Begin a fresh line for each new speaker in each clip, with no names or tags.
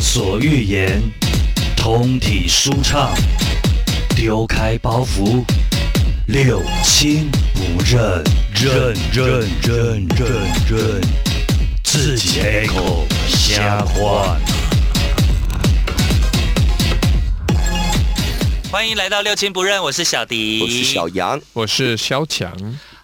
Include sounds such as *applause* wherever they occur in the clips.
所欲言，通体舒畅，丢开包袱，六亲不认，认认认认认，自己开口瞎话。
欢迎来到六亲不认，我是小迪，
我是小杨，
我是肖强。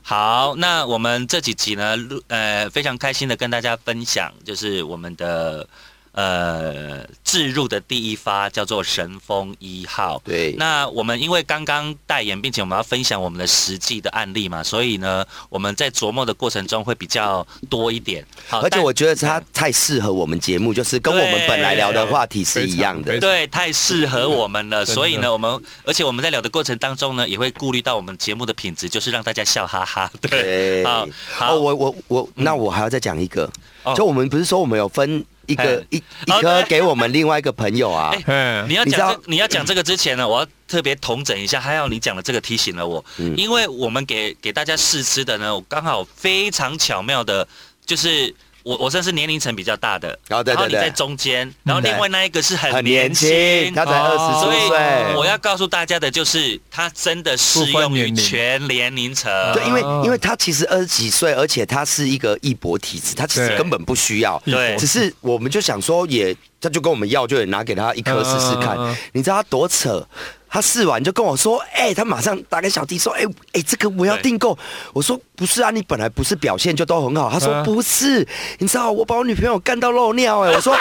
好，那我们这几集呢，录呃，非常开心的跟大家分享，就是我们的呃置入的第一发叫做神风一号。
对，
那我们因为刚刚代言，并且我们要分享我们的实际的案例嘛，所以呢，我们在琢磨的过程中会比较多一点。好，
而且
但
我觉得它太适合我们节目，就是跟我们本来聊的话题是一样的
非。
对，太适合我们了。
真的
所以呢，我们而且我们在聊的过程当中呢，也会顾虑到我们节目的品质，就是让大家笑哈哈。对，好，好，
哦，我我我，那我还要再讲一个
哦，
就我们不是说我们有分一个
嘿
一一颗给我们另外一个朋友啊
哎？
嗯
你，要
你知
讲
道
这你要讲这个之前呢，我要特别统整一下，还好你讲了这个提醒了我，
嗯
因为我们给给大家试吃的呢，我刚好非常巧妙的，就是我我算是年龄层比较大的，
哦对对
然后你
对
在中间，然后另外那一个是很
很年
年
轻，
轻。
他才
哦
二十
所
出
以我
岁。
要告诉大家的就是，它真的适
不分
用
年
于
龄
全年龄层。
对，因为
哦
因为他其实二十几岁，而且他是一个义薄体质，他其实
对
根本不需要。
对
只是我们就想说也，他就跟我们要，就也拿给他一颗试试看。
嗯嗯嗯嗯
你知道他多扯？他试完就跟我说：“哎、他马上打给小弟说：‘哎、哎、这个我要
对
订购。’我说：‘不是啊，你本来不是表现就都很好。’他说：‘
嗯
不是，你知道我把我女朋友干到漏尿。’哎，我说：‘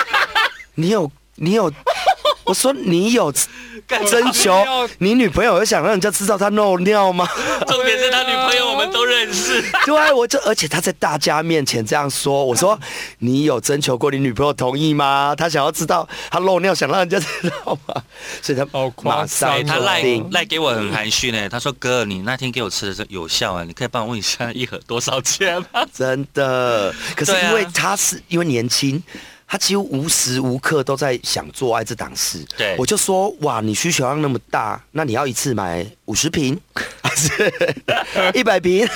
你有你有。’ *laughs* 我说：‘你有
干
征求你女朋友有想让人家知道她漏尿吗？’
*laughs* 重点是他女朋友我们都认识，
*laughs* 对，啊我就而且他在大家面前这样说，我
*laughs*
说你有征求过你女朋友同意吗？他想要知道他漏尿，想让人家知道吗？ *laughs* 所以他
好夸
马
张
上
哦
哎他
就
赖
定
赖给我很含蓄呢，他说哥，你那天给我吃的是有效啊，你可以帮我问一下一盒多少钱啊
*laughs*
吗？
真的。可是
对啊
因为他是因为年轻。他几乎无时无刻都在想做爱这档事，
对
我就说哇，你需求量那么大，那你要一次买五十瓶
*laughs*
还是一百瓶？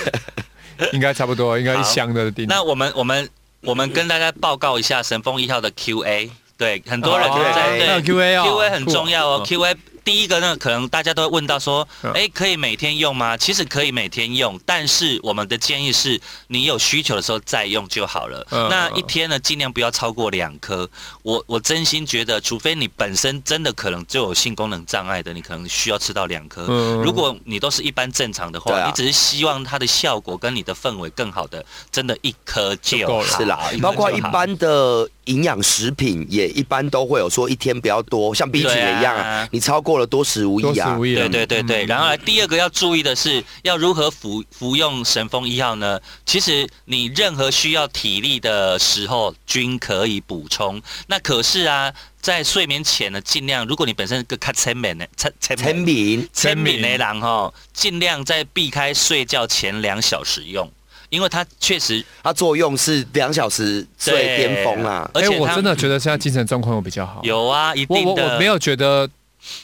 应该差不多，应该一
好
箱的
*laughs*
定。哦
那我们我们我们跟大家报告一下神风一号的 Q&A，对，很多人
哦
在
还有
对
Q&A 哦
Q&A 很重要哦
酷
，Q&A。第一个呢，可能大家都会问到说
嗯，
哎，可以每天用吗？其实可以每天用，但是我们的建议是，你有需求的时候再用就好了。
嗯
那一天呢，尽量不要超过两颗。我我真心觉得，除非你本身真的可能就有性功能障碍的，你可能需要吃到两颗。
嗯
如果你都是一般正常的话，
对啊
你只是希望它的效果跟你的氛围更好的，真的一颗就
就够
好
了
是啦，包括一般的营养食品也一般都会有说一天不要多，像冰淇淋
对啊
一样啊，你超过了多食无
多
益
食
啊
无。益啊。
对对对对，
嗯
然后来第二个要注意的是，要如何服服用神风一号呢？其实你任何需要体力的时候均可以补充。那可是啊，在睡眠前呢，尽量如果你本身是个卡千眠的，卡千
陈
眠
敏，
千米内郎哈，尽量在避开睡觉前两小时用，因为它确实
它作用是两小时最
对
巅峰啊。
而
哎，
且
我
它
真的觉得现在精神状况有比较好。，
有啊，一
我
定
我
的
我没有觉得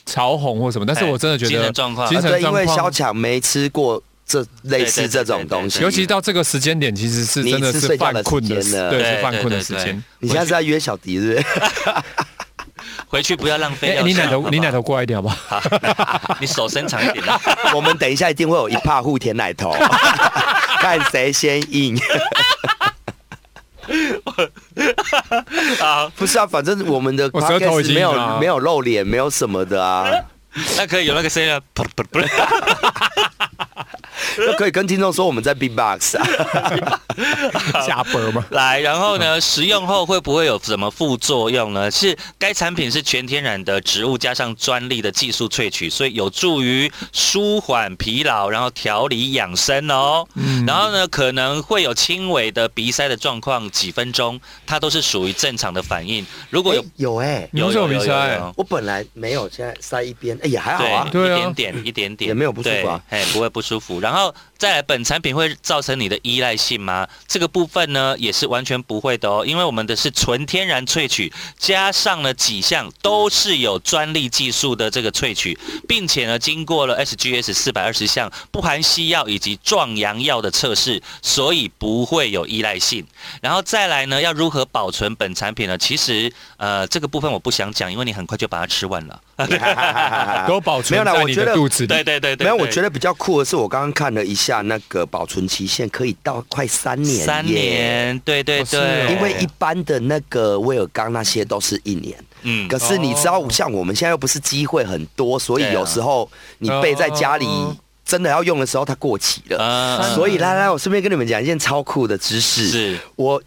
潮红或什么，但是
哎
我真的觉得
精神状况
精
啊
神
对，因
状
为小
况，
强没吃过这类似
对对对
这种东
对对
西
对。
尤其到这个时间点，其实是
你
真的
是
是
睡觉的
犯困的
时
时，
间了
对，
对
是犯
对
困的
对
时
对
间。
你现在是在约小迪是不是？
回去不要浪费
哎，
药效。
你奶头，你奶
头，
头过来一点好不好？
*laughs* 你手伸长一点
*laughs*
啊。
*laughs* 我们等一下一定会有一帕户舔奶
*laughs*
头，看谁先硬。
好，
不是啊，反正我们的
我舌头
podcast
已经
没
啊
有没有露脸，没有什么的啊。
那可以有那个声音啊，噗噗噗。
就可以跟听众说我们在 Big Box 啊。
加本吗？
来，然后呢，
嗯
食用后会不会有什么副作用呢？是该产品是全天然的植物加上专利的技术萃取，所以有助于舒缓疲劳，然后调理养生哦。
嗯
然后呢，可能会有轻微的鼻塞的状况，几分钟，它都是属于正常的反应。如果有
哎有哎、
你为什么鼻塞
我本来没有，现在塞一边，哎、也还好
对，
*laughs* 啊。
对啊
一点点，一点点，
也没有不舒服啊
对，哎，不会不舒服。然后再来，本产品会造成你的依赖性吗？这个部分呢也是完全不会的哦，因为我们的是纯天然萃取，加上了几项都是有专利技术的这个萃取，并且呢经过了 SGS 四百二十项不含西药以及壮阳药的测试，所以不会有依赖性。然后再来呢，要如何保存本产品呢？其实呃这个部分我不想讲，因为你很快就把它吃完了。啊
都保
没有
存
啦
在
我
你
觉得
的肚子里
对。对对对
没有，我觉
得
得比较酷的是，我刚刚看了一下那个保存期限，可以到快三年。
三。年，对对
哦是
对，
哦
因为一般的那个威尔刚那些都是一年，
嗯
可是你知道，
哦
像我们现在又不是机会很多，所以
对啊嗯
有时候你备在家里
哦
真的要用的时候，它过期了。
呃
所以来来，我顺便跟你们讲一件超酷的知识，
是
我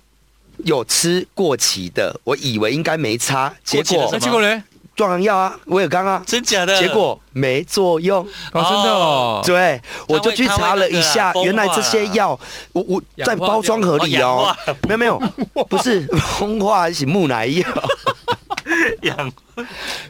有吃过期的，我以为应该没差，结
过期的嗯
那
果
什么
结果呢？
壮阳药啊，威尔刚啊，
真假的，
结果没作用。
哦，真的哦，
对，我就去查了一下
它，会
原来这些药，我我
氧
在
化
包装盒里哦
哦，
没有没
*laughs*
有，不是风化还是木乃
*laughs*
伊哦，
养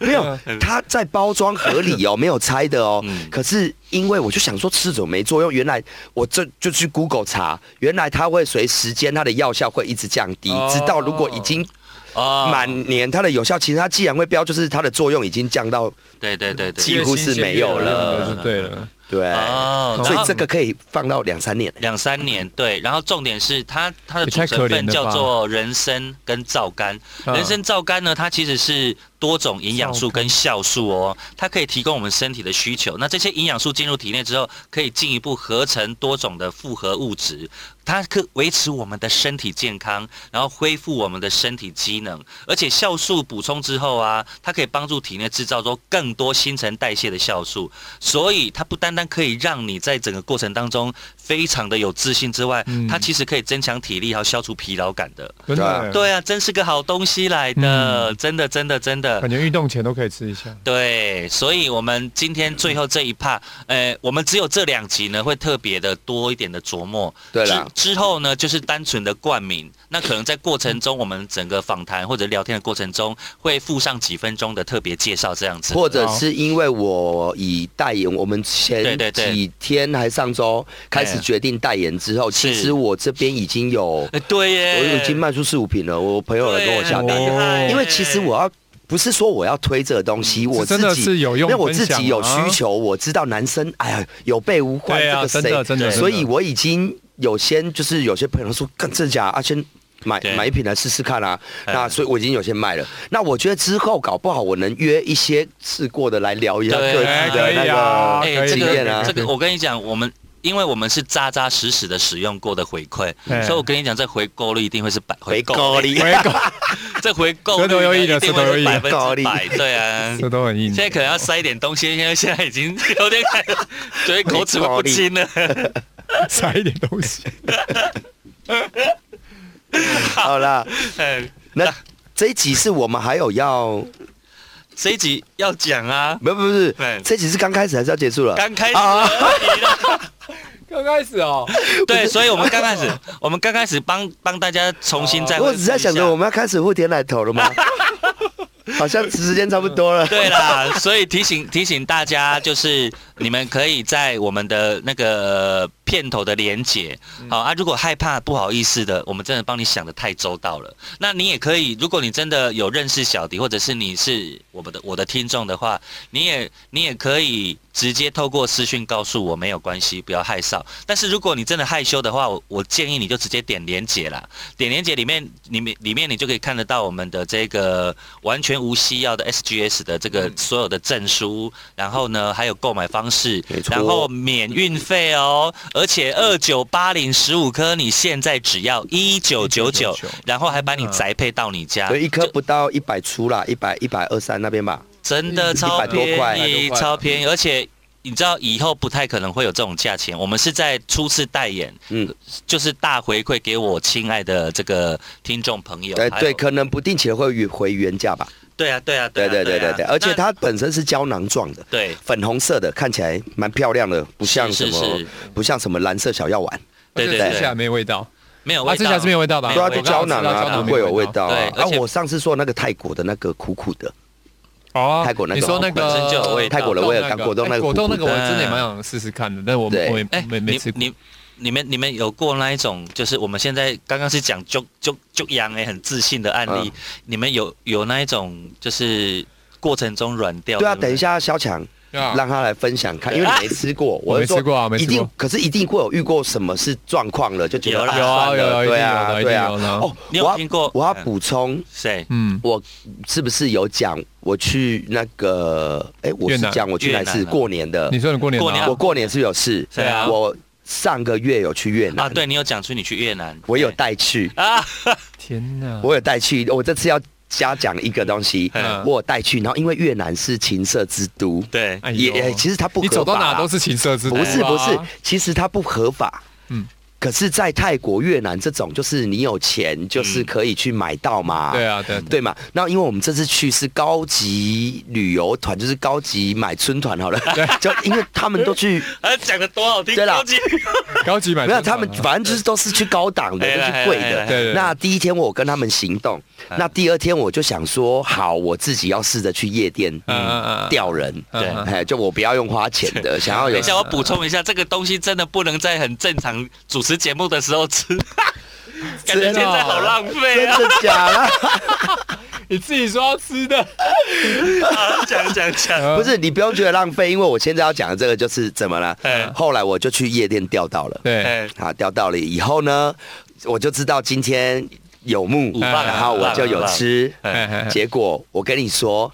没有，它在包装盒
*laughs*
里哦，没有拆的哦
嗯。
可是因为我就想说吃怎么没作用，原来我这就去 Google 查，原来它会随时间它的药效会一直降低
哦，
直到如果已经
哦
满年它的有效期，它既然会标，就是它的作用已经降到
对对对对，
几乎是没有了
对了，
对，
哦，
所以
然后
这个可以放到两三年。
两三年对，然后重点是它它的
也
主
太可
成
怜
分
了
叫
吧
做人参跟皂苷，
嗯
人参皂苷呢，它其实是多种营养素跟酵素哦，它可以提供我们身体的需求。那这些营养素进入体内之后，可以进一步合成多种的复合物质，它可维持我们的身体健康，然后恢复我们的身体机能。而且酵素补充之后啊，它可以帮助体内制造出更多新陈代谢的酵素，所以它不单单可以让你在整个过程当中非常的有自信之外，
嗯
它其实可以增强体力，还有消除疲劳感的。
真的，
对啊，真是个好东西来的，
嗯
真的真的真的
感。觉运动前都可以吃一下。
对，所以我们今天最后这一趴，呃，我们只有这两集呢会特别的多一点的琢磨。
对啦
之，之后呢就是单纯的冠名，那可能在过程中，我们整个访谈或者聊天的过程中，会附上几分钟的特别介绍这样子。
或者是因为我以代言，我们
对
前
哦对对
几天还上周开始
对
决定代言之后，其
是
实我这边已经有，
呃对耶，
我已经卖出四五瓶了，我朋友来跟我
对
下
很
单
厉害耶，
因为其实我要。不是说我要推这个东西，我自
嗯真的
己
是有用
因为我
分
自己
享
有需
啊
求，我知道男生哎呀有备无患，
对
这
啊，
个
真
谁
的真的，
所
真
以
的
我已经有先就是有些朋友说，更真假啊，先买
对
买一瓶来试试看啊。
嗯
那所以我已经有些卖了。那我觉得之后搞不好我能约一些试过的来聊一下
对
各
哎
自的
可以
那
啊
个
可以
哎这
经验
个
啊
这。个，我跟你讲，我们因为我们是扎扎实实的使用过的回馈，
嗯
所以我跟你讲，这回购率一定会是百
回购
*laughs*
率
我也搞，
*laughs* 这回购率
舌头有意
呢
的。
一定会是百分
舌头有
之
意
百，对啊
*laughs* 这都很硬
现。在可能要塞一点东西，因为现在已经有点开始，所以口齿会不清了。
塞一点东西。
*laughs* 好啦，
哎
那这一集是我们还有要，
*laughs* 这一集要讲啊，
没有不是
对，
这一集是刚开始还是要结束了？
刚开始
啊
而已 *laughs* 啦
刚开始哦，
对，所以我们刚开始，我们刚开始帮帮大家重新再。
我只在想着我。们要开始互舔奶头了吗？好像时间差不多 *laughs* 了。
对啦，所以提醒提醒大家，就是你们可以在我们的那个片头的连接，好啊。如果害怕不好意思的，我们真的帮你想的太周到了。那你也可以，如果你真的有认识小迪，或者是你是我们的我的听众的话，你也你也可以直接透过私讯告诉我，没有关系，不要害臊。但是如果你真的害羞的话，我我建议你就直接点连接啦，点连接里面里面里面你就可以看得到我们的这个完全无西药的 SGS 的这个
嗯
所有的证书，然后呢还有购买方式
没，错
然后免运费哦，而且二九八零十五颗你现在只要一九九九
1999，
然后还把你宅配到你家
所，以一颗不到一百出啦，一百一百二三那边吧。
真的超
100多块
便宜，
100多块
超便宜，而且。你知道以后不太可能会有这种价钱。我们是在初次代言，
嗯，
就是大回馈给我亲爱的这个听众朋友。
对
还有
哎对，可能不定期的会回原价吧。
对啊，对啊，
对
啊
对对对对，
啊
而且
那
它本身是胶囊状的，
对
粉红色的，看起来蛮漂亮的，不像什
是是
么
是
不像什么蓝色小药丸，
对对对
而且吃起来没味道，
没有
啊，
味
吃
道，
起来是没有味道的啊，
没
对
有
啊，
味
就
道
胶囊
我知道
啊，
胶
不会有味道
对
啊。
而
啊，
且
我上次说那个泰国的那个苦苦的，
哦，
泰国那个
你说那
本
个
身就有味道
泰国的味尔刚果冻那个
哎果冻那
苦
个
苦
我
的
真的也蛮想试试看的，但我
对
我也
哎，
没没
你
吃过。
你你们你们有过那一种，就是我们现在刚刚是讲就就就阳哎，很自信的案例，
嗯
你们有有那一种就是过程中软掉？
对啊，
不
等一，下萧强。
啊
让他来分享看，因为你没吃过，我是
没吃过啊
说
没吃
一定
过，
可是一定会有遇过什么是状况了，就觉得
有啦
啊
有
啊
算
有啊
了
一定
对
有的
啊，
一
对啊
定有的。
哦，
你有
我要
听过
我要
嗯
补充，
谁？
嗯，
我是不是有讲我去那个？哎，我
越
是
南
讲我去哪
越
一次
南啊
过年的
你？说你过年
过年
啊
啊
我过年是不是有事？
对啊
我上个月有去越南
啊，，对你有讲出你去越南，
我有
对
带去，
啊，
天哪，
我有带去。我这次要加讲一个东西
嗯，
我有带去。然后因为越南是情色之都，
对，
哎
也
呦
也其实它不合
你
法啦，
走到哪都是情色之徒
不是
啊
不是，其实它不合法。
嗯
可是，在泰国、越南这种，就是你有钱，就是可以去买到嘛。
嗯对啊对啊
对嘛？那因为我们这次去是高级旅游团，就是高级买春团好了，就因为他们都去，
啊，讲的多好听，
对啦
高级
高级买
没有
春
他
款
们
啊
反正就是都是去高档的，
哎
都
呀
是贵
哎呀哎呀
的。
对对对
那第一天我跟他们行动，
嗯
那第二天我就想说，好，我自己要试着去夜店
嗯嗯嗯
钓人，
嗯嗯
哎，就我不要用花钱
*laughs*
的，想要
等
哦有
一下，我补充一下，这个东西真的不能在很正常主持节目的时候
*laughs*
吃，感觉现在好浪费
真
啊！
的假的？
*laughs* 你自己说要吃的，
啊讲讲讲，
不是，你不用觉得浪费，因为我现在要讲的这个就是怎么了
哎。
后来我就去夜店钓到了，
嗯
*laughs*
对，
哎，
啊，钓到了以后呢，我就知道今天有木，
五磅
啊
然后我就有吃。
哎哎哎
结果我跟你说，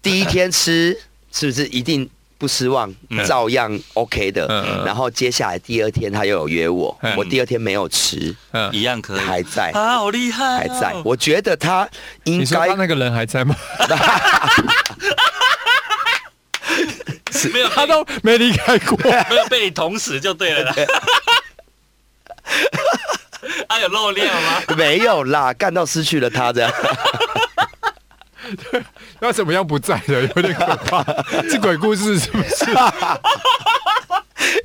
第一天吃是不是一定不失望，
嗯
照样 OK 的
嗯嗯。
然后接下来第二天他又有约我
嗯，
我第二天没有吃，
嗯，
一样可以，
还在。
哎啊，好厉害哦，
还在，我觉得他应
你说
该
他那个人还在吗？
没 *laughs* 有
他都没离
*laughs*
开过，
没有被你捅死就对 *laughs* 了啦。啊，有漏尿吗？
没有啦，干到失去了他这样。
那怎么样不在的，有点可
*laughs*
怕，是鬼故事是不是？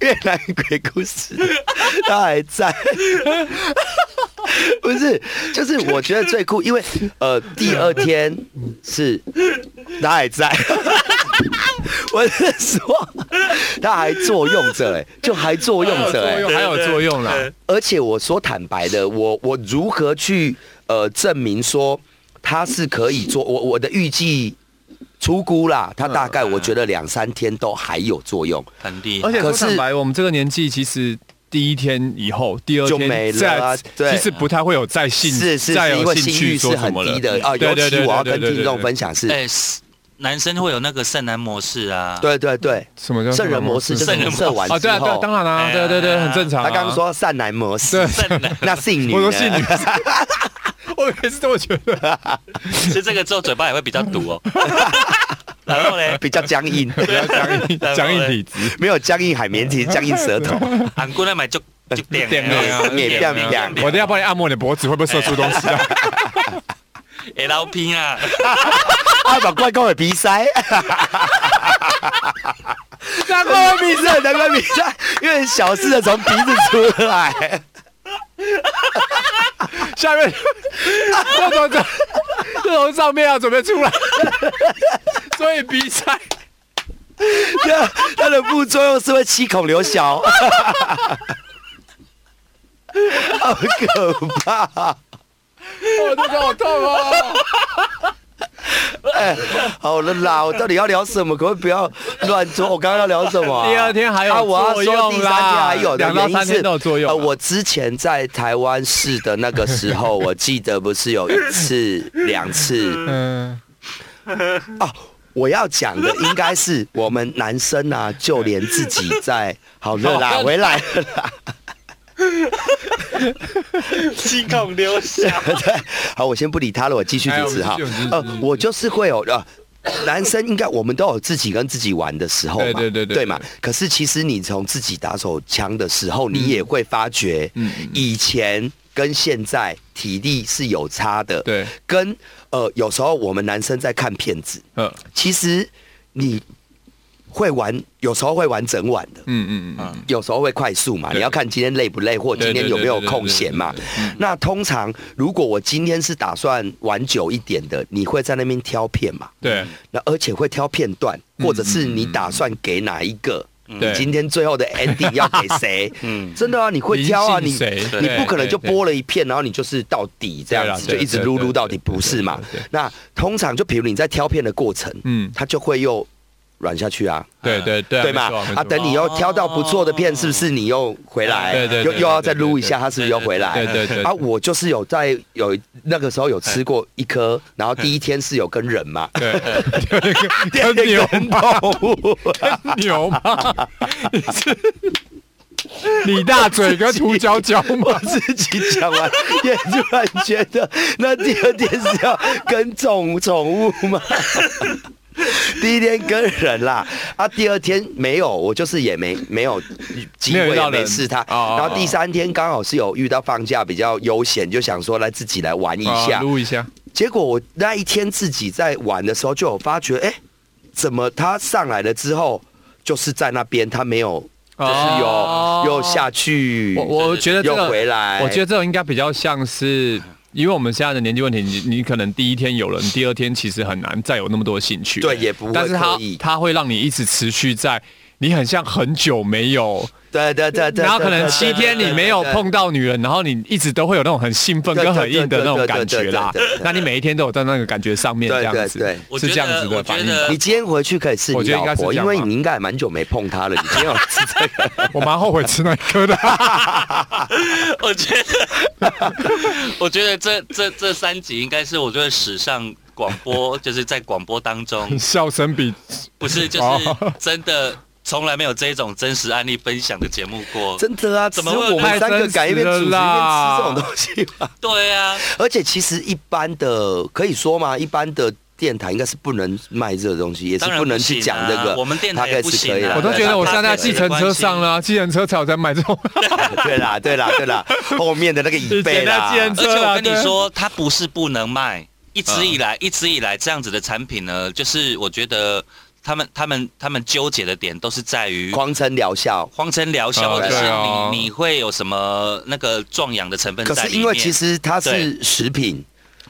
越南鬼故事，他还在。 *laughs* 不是，就是我觉得最酷，因为呃，第二天是他还在， *laughs* 我是说他还作用着、欸，就还作用着、
还
欸，
有作用还有作用啦，
而且我说坦白的，我我如何去呃证明说他是可以做？我我的预计出估啦，他大概我觉得两三天都还有作用。
很厉
而且
可
说
是
坦白，我们这个年纪其实。第一天以后，第二
就
天
没了啊
再
对
其实不太会有再兴，
是是
再
是，因
有
为
兴
性
趣
欲
说
是
什
很
么了
低的啊。
对
尤
对
其
对
我要
对
跟
对
听众
对
分享是，
哎、是男生会有那个圣男模式啊。
对对对，
什么叫
圣人模式就是
圣人模式
射完
啊，
之
对啊，对啊，
后，
当然啦，
哎
对
呀
对对，很正常啊。
他刚刚说善男模式
对，
圣男
*laughs* 那性女
我
呢
说性女， *laughs* 我也是这么觉得。
吃这个之后嘴巴也会比较毒
*laughs*
哦。然后嘞，
*laughs* 比较僵
*laughs*
硬，
讲义讲义体质，
没有僵硬海绵体，僵硬舌头，
俺过来啊买就就点
点的啊
点的啊
我等一下帮你按摩你的脖子，会不会射出东西啊？ *laughs*
哎老拼啊，
啊，把怪怪的鼻
*laughs*
塞。难怪会鼻塞，难怪鼻塞， *laughs* 因为小事的从鼻子出来。
下面，我从这，这从上面要准备出来， *laughs* 所以比赛
它它的副作用是会七孔流 *laughs* 血，好可怕！
我肚子好痛哦。
*laughs* 好了啦，我到底要聊什么？可不可以不要乱说？我刚刚要聊什么啊、
*laughs* 第二天还有
啊，我要
作用
说第三天还有的
啦两到三天
原因是
都有作用啊
呃，我之前在台湾市的那个时候，我记得不是有一次、两次
嗯，
啊。我要讲的应该是我们男生啊，就连自己在 *laughs* 好热啦，回来了啦。
七孔流血。
*laughs* 对，好，我先不理他了，我继续
哎
主持哈
我们继续我们继续
呃
继续，
我就是会有呃。男生应该我们都有自己跟自己玩的时候嘛，
对对对对
对嘛。可是其实你从自己打手枪的时候，你也会发觉
嗯嗯，
以前跟现在体力是有差的。
对，
跟呃有时候我们男生在看片子，
嗯
其实你会玩，有时候会玩整晚的。
嗯嗯嗯，
有时候会快速嘛，
对
你要看今天累不累，或
对
今天有没有空闲嘛
对对。
那通常如果我今天是打算玩久一点的，你会在那边挑片嘛？
对，
那而且会挑片段，或者是你打算给哪一个
嗯对
你今天最后
*laughs*
的 ending 要给谁？
嗯
真的啊，你会挑啊，
临
你
幸谁
你
对
不可能就
对对
播了一片，然后你就是到底这样子，
对
就
啦对
一直撸
对
撸到底，
对对
不是嘛
对对对？
那通常就比如你在挑片的过程，
嗯，
它就会又软下去啊，
对对对，
对嘛
嘛？？
啊，
没错哦
等你又挑到不错的片，
哦
是不是你又回来？
对对对
又
对
又要再
对对
撸一下，
对
它是不是又回来？
对对对，
啊，我就是有在有那个时候有吃过一颗，然后第一天是有跟人嘛
*laughs*
*laughs*
对，跟 *laughs* 跟牛哦猫， *laughs* 跟牛吗？你是李大嘴跟涂娇娇吗
我？自己讲完，也突然觉得那第二天是要跟宠宠物吗？ *laughs* 第一天跟人啦，啊，第二天没有，我就是也没没有机
没有
会，
遇到
也
人
没试他。
哦哦
然后第三天刚好是有遇到放假比较悠闲，就想说来自己来玩一下
啊，撸一下，
结果我那一天自己在玩的时候，就有发觉，哎、怎么他上来了之后，就是在那边他没有，就是有、
哦
又下去，
我我觉得
嗯
这
又
个
回来，
我觉得这种应该比较像是，因为我们现在的年纪问题，你你可能第一天有了，你第二天其实很难再有那么多兴趣。
对也不会
但是它
刻意
它会让你一直持续在，你很像很久没有，
对对对对，
然后可
对
能七天你没有。碰到女人，然后你一直都会有那种很兴奋
对
跟
对
很硬的那种
对对对
感觉啦
对对对对。
那你每一天都有在那个感觉上面
对
这
对
样子
对，
我觉
是
得
这样子的
我觉
反应。
得
对你今天回去可以试
我
你
觉得应该
老
是
婆，
这
因
样
为
吧
你应该也蛮久没碰她了。你今天有吃这个？
*laughs* 我蛮后悔吃那一颗 *laughs* 的。
*laughs* 我觉得，我觉得这这这三集应该是我觉得史上广播就是在广播当中，
笑声比
不是就是
哦
真的从来没有这种真实案例分享的节目过。
真的啊，
怎么
只有
会有
我们
太
三个
真
敢一
实
边
了
煮一边吃这种
啦
东西吗？
对啊，
*laughs* 而且其实一般的可以说嘛，一般的电台应该是不能卖这个东西，也是
当然
不能
不行
去
啊
讲这个。
我们电台也不行啊
Podcast 可以啦
*laughs* 我都觉得我现在在计程车上了，啊 *laughs* 计程车才有在卖这种。
*laughs* 对啦，对啦，对啦，
*laughs*
后面的那个椅背啦
以前那，健
而且我跟
对
你
啊
说，它不是不能卖，
啊
一直以来，一直以来这样子的产品呢，就是我觉得他们他们他们纠结的点都是在于
狂撑疗效。
荒腔疗效，
啊
或者是
对啊
你你会有什么那个壮阳的成分
可
在
是
里面？
因为其实它是食品，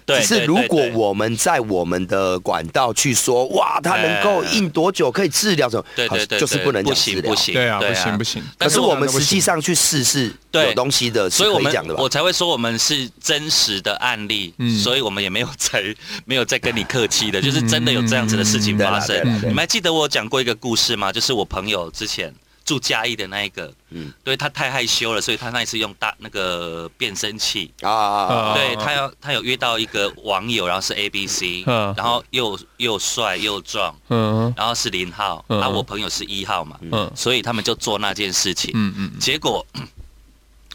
对，
只是
对
如
对
果
对
我们在我们的管道去说，哇，它能够硬多久，可以治疗什么，
对
好
对
像
对，
就是
对
不能
不
讲治
行
疗
不。行，
*laughs* *laughs* 对啊，
对
不行不行，
可
但
是
是
我
我
们
们
实际上去试是
对
有东西的，
所以我
是可
们
以讲的吧
我？才会说我们是真实的案例，
嗯
所以我们也没有在没有在跟你客气的，就是真的有这样子的事情
嗯嗯嗯
发生
对啦对啦。
对啦
你们还记得我讲过一个故事吗？就是我朋友之前住嘉义的那一个，
嗯
嗯，对他太害羞了，所以他那一次用大那个变声器，
啊啊啊
哦
啊！
对他要他有约到一个网友，然后是 A B C，
嗯
然后又又帅又壮，
嗯
然后是零号，
嗯
啊，我朋友是一号嘛，
嗯
所以他们就做那件事情。
嗯嗯，
结果， *clears throat*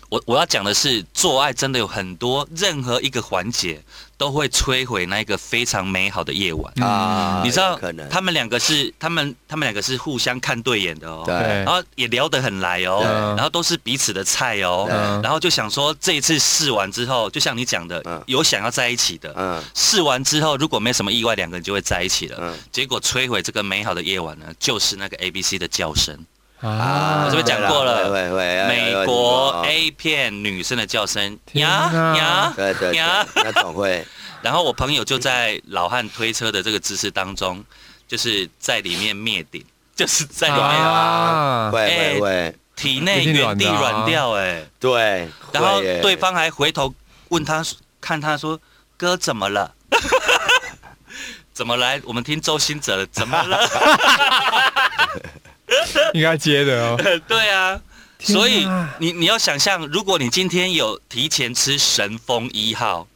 我我要讲的是，做爱真的有很多，任何一个环节都会摧毁那个非常美好的夜晚。
啊，
嗯你知道
有可能，
他们两个是他们他们两个是互相看对眼的哦，
嗯
对
然
啊
后也聊得很来哦
对，
然后都是彼此的菜
对
哦，然后就想说这一次试完之后，就像你讲
嗯
的，有想要在一起的。
嗯
试完之后，如果没什么意外，两个人就会在一起了。
嗯
结果摧毁这个美好的夜晚呢，就是那个 A B C 的叫声。
啊，
我这边讲过了
对啦会会会
美国
哎，哦
A 片女生的叫声
天哪
呀
对对
呀
对，
哎呀，
那总会
然后我朋友就在老汉推车的这个姿势当中，就是在里面灭顶，就是在里面
啊，
会会
哎
会，
体内原地软掉哎、
对，
然后
会耶
对方还回头问他看他说哥怎么了？ *laughs* 怎么来？我们听周星哲的怎么
*laughs*
了？
应该接的哦。
对啊，
天哪
所以你你要想象，如果你今天有提前吃神风一号，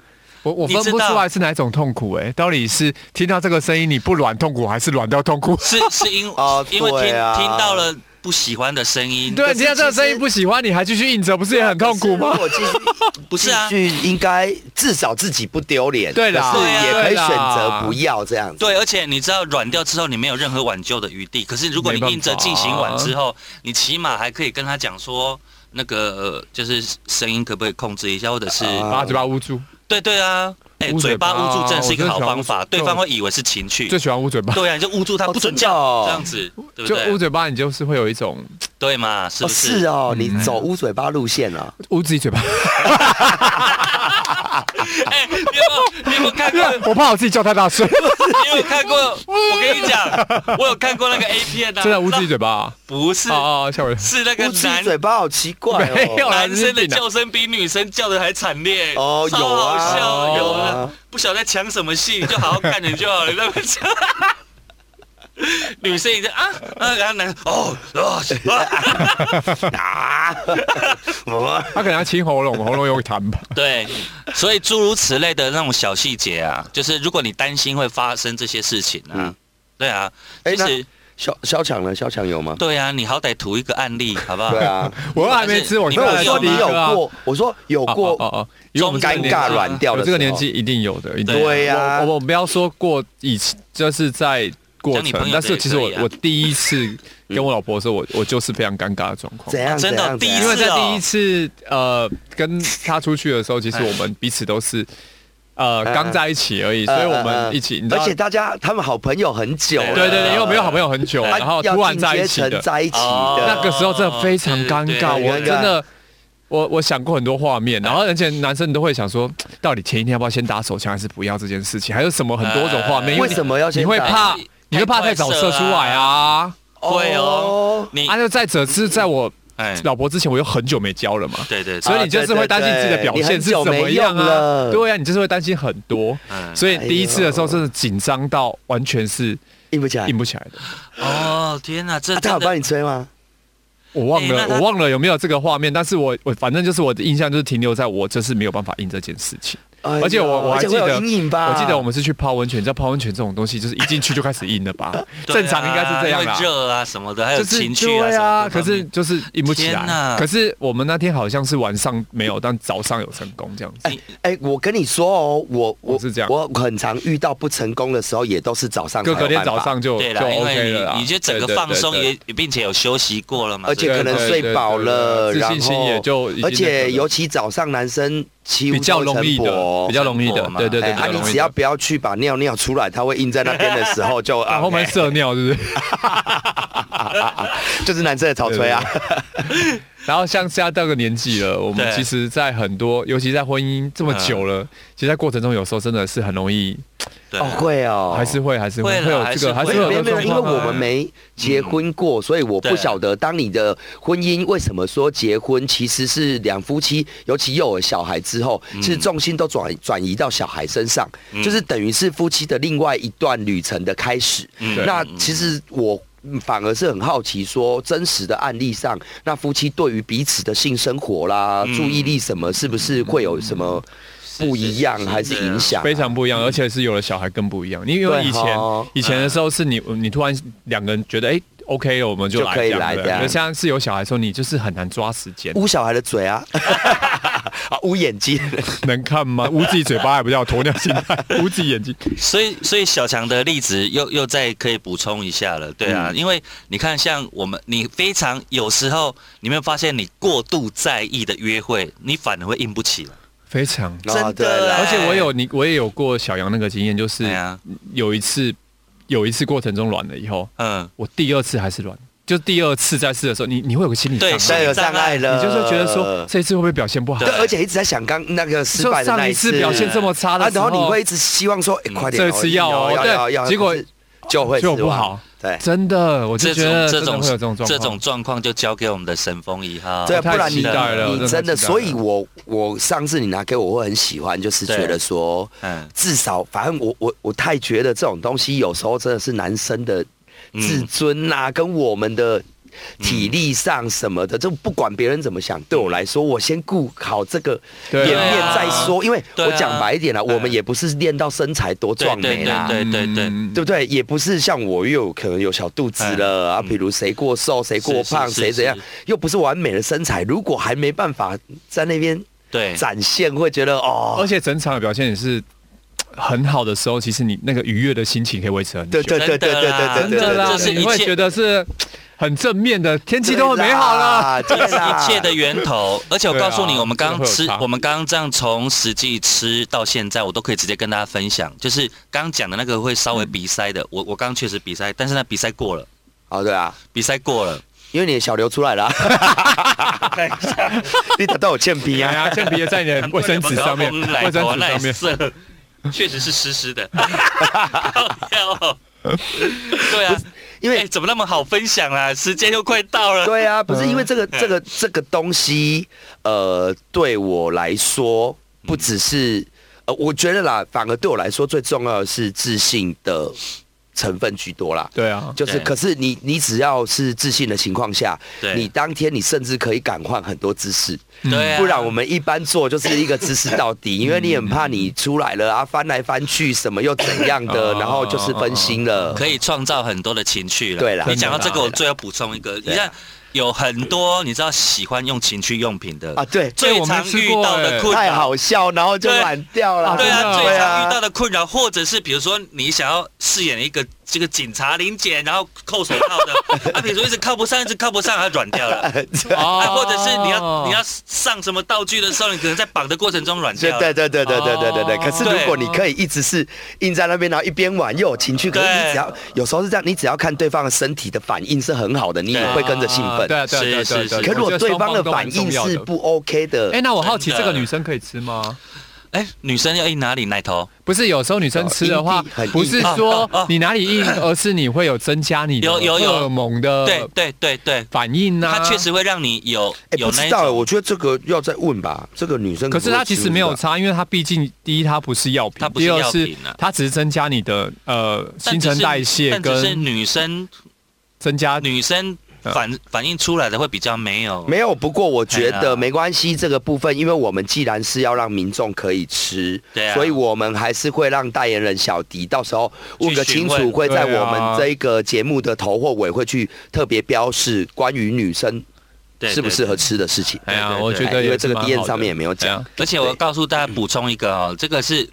我我
你
分
知
不出
道
来是哪一种痛苦哎、到底是听到这个声音你不软痛苦，还是软到痛苦？ *laughs*
是是因
哦
因为
对
听
啊
听到了不喜欢的声音，
对，
是
你听到这个声音不喜欢，你还继续硬着，不是也很痛苦吗？
我继续
不是啊
继续应该至少自己不丢脸，
对啦
可是也可以
对啦
选择不要这样子。
啊对，而啊且你知道软掉之后，你没有任何挽救的余地。可是如果你
没办法
硬着进行完之后，你起码还可以跟他讲说，那个、呃就是声音可不可以控制一下，或者是、
啊
把嘴巴捂住，
对对啊，哎、
捂嘴
嘴
巴
巴捂住真的是一个好
我真的喜欢
方法，
捂
对方会以为是情趣
最。喜欢捂嘴巴，
对啊，你就捂住他，
哦
不准
真的
叫，
哦
这样子，对不
就捂
对？
嘴巴，你就是会有一种
对嘛，是
哦
嗯
不是？
啊
*laughs*
是哦，你走捂嘴巴路线了，
捂自己嘴巴。
哎、你有没有你有没有看过？
啊 *laughs* 我怕我自己叫太大声，
你有没有看过？我跟你讲，我有看过那个 A
*laughs*
片啊，
*laughs* 真的捂自己嘴巴啊。
不是，
哦哦，吓我一跳！
是那个
乌鸡
男
嘴巴好奇怪
没有
哦。
啦
男生
你
的
是病啊
叫声比女生叫的还惨烈
哦
超
有啊
好笑，有
有
啊
啊，
不晓得在抢什么戏，你就好好看人就好了，那么讲。 *laughs* 女生一直啊啊，然后男生哦哦，啊
*laughs* 啊
他可能要清喉咙，喉咙有痰
*laughs*
吧。
对，所以诸如此类的那种小细节啊，就是如果你担心会发生这些事情啊，
嗯
对啊，
哎
其
那
实
小小强呢？小强有吗？
对啊，你好歹图一个案例好不好？
对啊，
我还没吃，我
你
没有
有
我说你
吗
有过，我说有
啊哦
过
哦，因为
中
我们这个
尴
年纪
尬软掉
有
的
啊这个
时候
年纪一定有的，一定有的
对啊呀
我我们不要说过以前，就是在过
讲你
程
朋友，的
但是其实我
也可以啊
我第一次跟我老婆
*laughs*
说，我我就是非常尴尬的状况
嗯怎。样？
真的
怎样
第一
怎
因
样
为在
次哦
第一次呃跟她出去的时候，其实
哎
我们彼此都是
*laughs*
呃
嗯
刚在一起而已，所以我们一起，你知
呃而
道
且。大家他们好朋友很久了，
对对对，因为我没有好朋友很久，
啊，
然后突然在一起
要进阶
的
成，在一起
哦
的，
那个时候真的非常尴尬，
对对对哎
我真的。我我想过很多画面，然后而且男生都会想说，到底前一天要不要先打手枪，还是不要这件事情，还有什么很多种画面，因
为
你
什么要先
你会
打
怕，你会怕太早射出来啊？
会哦，你
啊，就再者是在我
哎，
老婆之前，我又很久没交了嘛，
对对对，
所以你就是会担心自己的表现是怎么样
啊啊对对对你很久没用
啊？
了哎
对啊，你就是会担心很多，
嗯
所以第一次的时候真的紧张到完全是
硬不起来
硬。不起来的。
哦天哪，这
啊他有
真
帮
的
你吹吗？
我忘
欸
了
那，他
我忘了有没有这个画面，但是我我反正就是我的印象就是停留在我就是没有办法印这件事情，
哎呦
而且我我还
而且
记
会有
得，
阴影吧？
我记得我们是去泡温泉，你知道泡温泉这种东西就是一进去就开始印了吧，
*laughs* 对啊
正常应该是这样
因为
啦。
热啊什么的，还有
就是
情绪啊
对
什
啊，
么的
可是就是硬不起
天哪
来。可是我们那天好像是晚上没有，但早上有成功这样子。
哎，我跟你说哦，我
我是这样
我很常遇到不成功的时候，也都是早上才
隔
有
隔天
办法
早，上就
对
就
啦，因
OK
为
了啦
你你就整个放松也，并且有休息过了嘛，
而且可能
对对
睡饱了，
对对对
然
自
后
信心也就已经
而
那个
且
了
尤其早上男生骑
比较容易的，比较容易
成
的
果，嘛
对对对，
哎，
比
啊，
较
你
容易
只要
的。
不要去把尿尿出来，它会印在那边的时候就啊
啊， *laughs* 后面
哎
射尿是不是？
就是男生的草吹啊，
然后像现在到个年纪了，我们
对
其实，在很多，尤其在婚姻这么久了，
嗯
其实，在过程中有时候真的是很容易，
对啊
哦，会哦，
还是会，还是
会
会，
啦
会有这个，
还
还
是
是
没
会
有
有
啊没
这
有
个
没有，
状
因为
况
我们
啊。
没结婚过，所以我不
对
晓得，当你的婚姻为什么说结婚其实是两夫妻，尤其又有小孩之后，是重心都转转移到小孩身上，就是等于是夫妻的另外一段旅程的开始。
嗯
那
嗯
其实我。嗯反而是很好奇，说真实的案例上，那夫妻对于彼此的性生活啦、
嗯
注意力什么，是不是会有什么不一样，还是影？响啊？
非常不一样，而且是有了小孩更不一样。你因为
对
以前
哦嗯
以前的时候是你你突然两个人觉得哎 OK 了，我们就
就
来
可以
这样
来
的。
这样
可现在是有小孩的时候，你就是很难抓时间，
捂小孩的嘴啊， *laughs* 啊捂眼睛，
能看吗？捂自己嘴巴还不叫鸵鸟心态，捂自己眼睛。
所以，所以小强的例子又又再可以补充一下了，对
嗯
啊，因为你看，像我们，你非常有时候，你有没有发现，你过度在意的约会，你反而会硬不起来。
非常。
真的
哦对啦
哎
而且我有你，我也有过小杨那个经验，就是
对啊，
有一次有一次过程中软了以后，
嗯，
我第二次还是软，就第二次再试的时候，你你会有个心理障
对
碍，
是
现在有障碍了，
你就是觉得说这一次会不会表现不好
对？
对，而且一直在想刚那个失
说
败的那
上一
次
次表现这么差
啊
的，时
然
候，
后你会一直希望说，哎，快点，
这次要哦
要
对
要要，
结果
可是就会
就
失
不
望
好，啊
对。
真的，我就
这
觉得
种这
真的
种
会有这种状况，
这种状况就交给我们的神风一号。
对，啊
我太
不然你
期待了我真的
你
太
真的，
期待
所
了
以我我上次你拿给我，我会很喜欢，就是
对
觉得说，
嗯，
至少反正我我我太觉得这种东西有时候真的是男生的
嗯
自尊呐、跟我们的体力上什么
嗯
的，就不管别人怎么想，对我来说，我先顾好这个
对
颜
啊
面再说。因为
对啊
我讲白一点啦、我们也不是练到身材多
对
壮
对
美啦。
对对对对，
嗯
对不对？也不是像我又有可能有小肚子了啊，比如谁过瘦、谁过胖、
嗯是是
谁怎样
是，
又不是完美的身材。如果还没办法在那边
对，
展现，会觉得哦，
而且整场的表现也是很好的时候，其实你那个愉悦的心情可以维持很
对，
久
对对对对对对
真
对
的
真的
啦
这，是
你
一
会
切
觉得是很正面的， *laughs* 天气都很美好了。
对啦，
这是
对啦
一切的源头。而且我告诉你，
对啊
我们刚
真的会有
吃
差，
我们刚刚这样从实际吃到现在，我都可以直接跟大家分享。就是刚刚讲的那
嗯
个会稍微鼻塞的，我我刚刚确实鼻塞，但是那鼻塞过了，
哦，对啊，
鼻塞过了。
因为你的小流出来
*laughs*
了啊、
看一下
你打到我欠逼
哎
啊！
*laughs*
呀，橡皮也在你的卫生纸上面，卫
来
生
头
纸
来
上面。
色，确实是湿湿的， *laughs* 好笑哦。对啊，
因为
哎怎么那么好分享啊？时间又快到了。
对啊，不是因为
嗯
这个这个这个东西，呃，对我来说不只是，
嗯
呃，我觉得啦，反而对我来说最重要的是自信的成分居多啦。
对啊，
就是，
对
可是你你只要是自信的情况下，
对
你当天你甚至可以敢换很多姿势，
对啊，
不然我们一般做就是一个姿势到
*laughs*
底，因为你很怕你出来了啊，翻来翻去什么又怎样的，
哦
然后就是分心了。
可以创造很多的情趣了。
对啦
你讲到这
真的
个，
啦
我最后补充一个，你
对啦
看有很多你知道喜欢用情趣用品的
啊，，对，
最常遇到的困
哎太
扰。
好笑，然后就懒掉了。
对啊，
真的
最常遇到
的
的困扰，或者是比如说你想要饰演一个这个警察临检，然后扣手铐
*laughs*
的，啊，比如说一直靠不上，一直靠不上，它软掉了。啊，
哦
啊
或者是你要你要上什么道具的时候，你可能在绑的过程中软
对
掉。
对对对对对对对对。
哦
可是如果你可以一直是硬在那边，然后一边玩又有情趣，可是你
对
只要有时候是这样，你只要看对方的身体的反应是很好的，你也
对
会跟着兴奋。
对啊对啊对啊
是
对啊
是
对啊。
是
可如果
我觉得
对
双
方的
都蛮
反应
重要的
是不 OK 的，
哎，那我好奇
真
这
的
个女生可以吃吗？
哎、女生要印哪里奶头？
不是，有时候女生吃的
哦
话
阴蒂很，硬
不是说你哪里硬，而是你会有增加你的
哦有有有
荷尔蒙
呃
的
对对对对，
反应啊呐、
它确实会让你有
哎，
有
不
那
知
一
道哎，
种。
我觉得这个要再问吧。这个女生
可是它其实没有
不会吃
差，因为它毕竟第一它不是药品，
它不是
第二
药
是
品啊
它只是增加你的呃
但
新
只
陈
是
代谢
但只是
跟
女生
增加
女生
嗯
反反应出来的会比较没有
没有，不过我觉
哦哎呀
得没关系，这个部分，因为我们既然是要让民众可以吃，
对啊
所以我们还是会让代言人小迪到时候问个
去询
清楚，
问
会在
对
我
啊
们这个节目的头或尾会去特别标示关于女生
对
适不
对
适合吃的事情。
哎呀，
对对
我觉
哎
得
因
也
为
是
这个
蛮
D N
好的
上面也没有讲
哎呀
而且我告诉大家补充一个哦，这个是。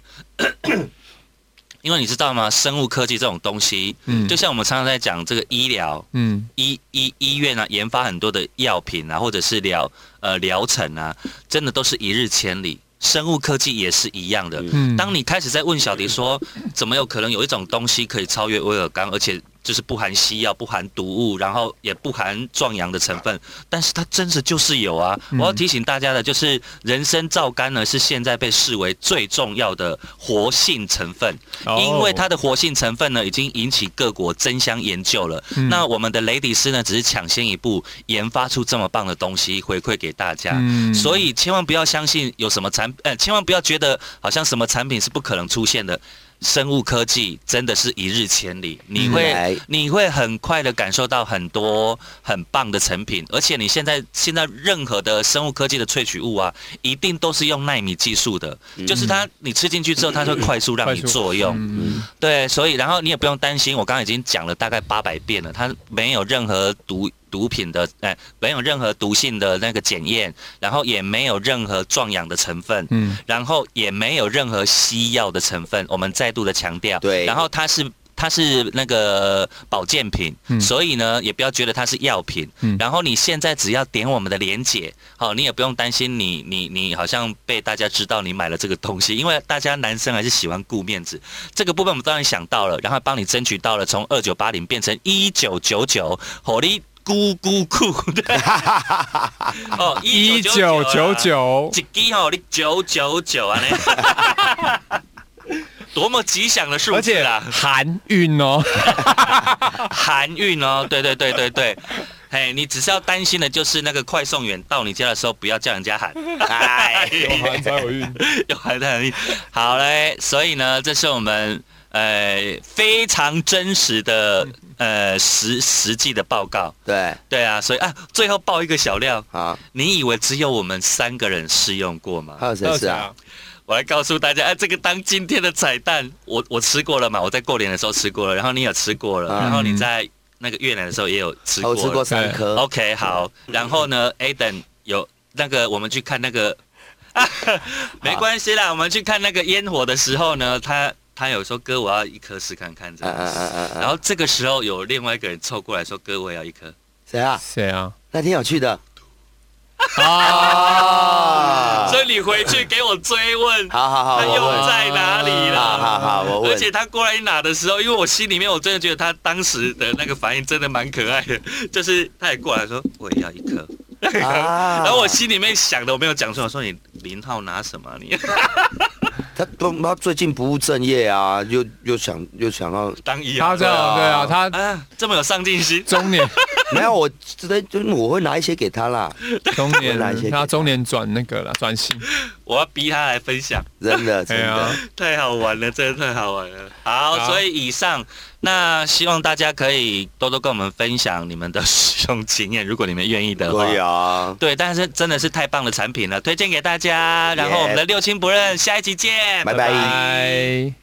因为你知道吗？生物科技这种东西，
嗯
就像我们常常在讲这个医疗
嗯，
医医医院啊，研发很多的药品啊，或者是疗呃疗程啊，真的都是一日千里。生物科技也是一样的。
嗯
当你开始在问小迪说，怎么有可能有一种东西可以超越威尔刚，而且就是不含西药、不含毒物，然后也不含壮阳的成分，但是它真的就是有啊！
嗯
我要提醒大家的就是，人参皂苷呢是现在被视为最重要的活性成分，
哦
因为它的活性成分呢已经引起各国争相研究了。
嗯
那我们的雷迪斯呢只是抢先一步研发出这么棒的东西回馈给大家。
嗯
所以千万不要相信有什么产，呃，千万不要觉得好像什么产品是不可能出现的。生物科技真的是一日千里，你会、
嗯
来
你会很快的感受到很多很棒的成品，而且你现在现在任何的生物科技的萃取物啊，一定都是用纳米技术的，就是它你吃进去之后，它会快速让
嗯快
你
速
作用。
嗯
对，所以然后你也不用担心，我刚刚已经讲了大概八百遍了，它没有任何毒毒品的，哎、没有任何毒性的那个检验，然后也没有任何壮阳的成分，
嗯
然后也没有任何西药的成分，我们再度的强调。
对
然后它是。它是那个保健品，
嗯
所以呢，也不要觉得它是药品。
嗯
然后你现在只要点我们的连结，好、你也不用担心你你你好像被大家知道你买了这个东西，因为大家男生还是喜欢顾面子。这个部分我们当然想到了，然后帮你争取到了从二九八零变成一九九九，火力咕咕
*laughs*
酷，对，哦，
一九九
1999啊
九，
一支吼，你九九九
*laughs*
啊嘞，多么吉祥的数
而
字
且
啦！
含运哦，
含运哦，对对对对对，嘿，你只是要担心的就是那个快送员到你家的时候，不要叫人家喊，
*laughs*
哎，
含才有运。
有喊的很好嘞。所以呢，这是我们呃非常真实的呃实实际的报告。
对，
对啊，所以啊，最后爆一个小料，
好，
你以为只有我们三个人试用过吗？
还有谁是啊？
我来告诉大家，哎、这个当今天的彩蛋，我我吃过了嘛？我在过年的时候吃过了，然后你有吃过了，
嗯
然后你在那个越南的时候也有吃过
哦我
了。
吃过三颗，
OK，好。然后呢，Aden 有那个，我们去看那个， *laughs* 没关系啦，我们去看那个烟火的时候呢，他他有说哥，我要一颗试看看这
嗯
样
嗯
子。
嗯嗯嗯，
然后这个时候有另外一个人凑过来说：“哥，我也要一颗。
谁啊？
谁啊？
那天有去的
啊，
啊
所以问你回去给我追问，
好好好，
他
我
用
问。
在哪里
好
啦？
好好，我
而
问。
且他过来拿的时候，因为我心里面我真的觉得他当时的那个反应真的蛮可爱的， *laughs* 就是他也过来说我也要一颗，
啊
然后我心里面想的我没有讲出来，我说哦你零号拿什么啊你？ *laughs*
他不，他最近不务正业啊，又又想又想要，
当一
他
号
这样对啊，他
啊，这么有上进心，
中
*laughs*
年
没有我，这就我会拿一些给他啦，
中
我拿一些给
年
他
他中年转那个了，转型。
我要逼他来分享，*laughs*
真的
哎
真
呀
的。，
太好玩了，真的太好玩了。好，
好
所以以上那希望大家可以多多跟我们分享你们的使用经验，如果你们愿意的话。
对啊，
对，但是真的是太棒的产品了，推荐给大家。然后我们的六亲不认，下一集见，
拜拜
拜。